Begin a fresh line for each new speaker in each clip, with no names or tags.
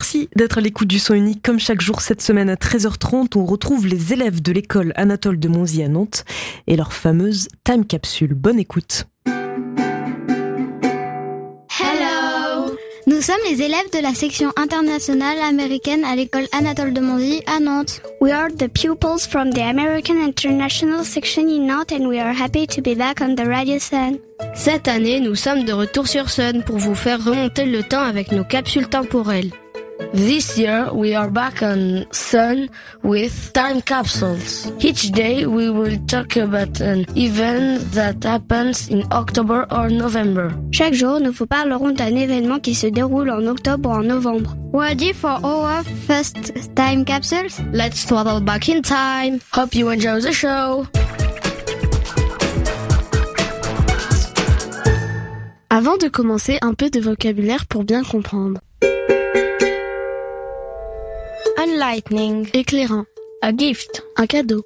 Merci d'être à l'écoute du son unique. Comme chaque jour, cette semaine à 13h30, on retrouve les élèves de l'école Anatole de Monzy à Nantes et leur fameuse time capsule. Bonne écoute.
Hello Nous sommes les élèves de la section internationale américaine à l'école Anatole de Monzy à Nantes.
We are the pupils from the American International section in Nantes and we are happy to be back on the Radio Sun.
Cette année, nous sommes de retour sur Sun pour vous faire remonter le temps avec nos capsules temporelles. This year, we are back on Sun with time capsules. Each day, we will talk about an event that happens in October or November.
Chaque jour, nous vous parlerons d'un événement qui se déroule en octobre ou en novembre.
Ready for our first time capsules?
Let's travel back in time. Hope you enjoy the show.
Avant de commencer, un peu de vocabulaire pour bien comprendre.
Unlightning,
Éclairant,
a gift,
un cadeau,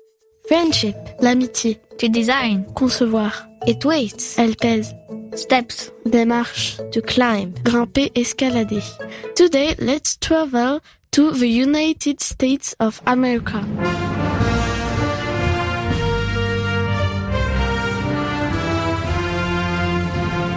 friendship,
l'amitié,
to design,
concevoir,
it waits,
elle pèse,
steps,
démarche,
to climb.
grimper, escalader. Today, let's travel to the United States of America.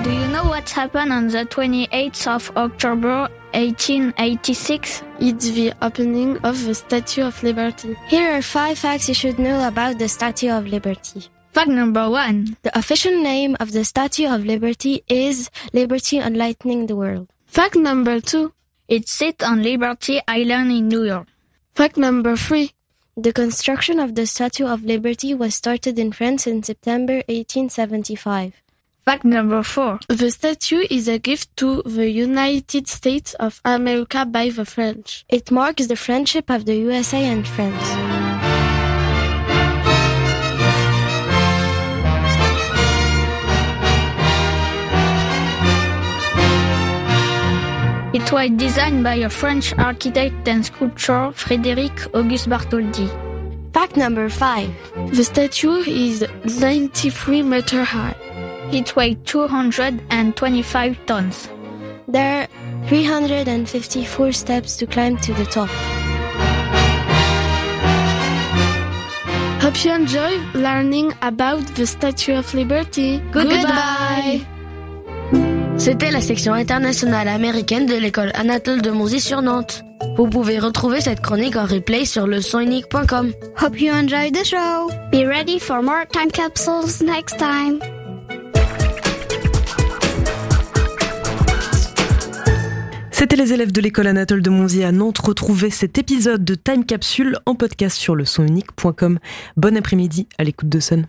Do you know what happened on the 28th of October 1886?
It's the opening of the Statue of Liberty.
Here are five facts you should know about the Statue of Liberty.
Fact number one.
The official name of the Statue of Liberty is Liberty Enlightening the World.
Fact number two.
It sits on Liberty Island in New York.
Fact number three.
The construction of the Statue of Liberty was started in France in September 1875.
Fact number four.
The statue is a gift to the United States of America by the French.
It marks the friendship of the USA and France.
It was designed by a French architect and sculptor, Frédéric Auguste Bartholdi.
Fact number five.
The statue is 93 meter high.
It weighed 225 tons.
There are 354 steps to climb to the top.
Hope you enjoy learning about the Statue of Liberty.
C'était la section internationale américaine de l'école Anatole de Monzy sur Nantes. Vous pouvez retrouver cette chronique en replay sur le sonunique.com.
Hope you enjoyed the show.
Be ready for more time capsules next time.
C'était les élèves de l'école Anatole de Monzy à Nantes. Retrouvez cet épisode de Time Capsule en podcast sur le sonunique.com. Bon après-midi à l'écoute de Sun.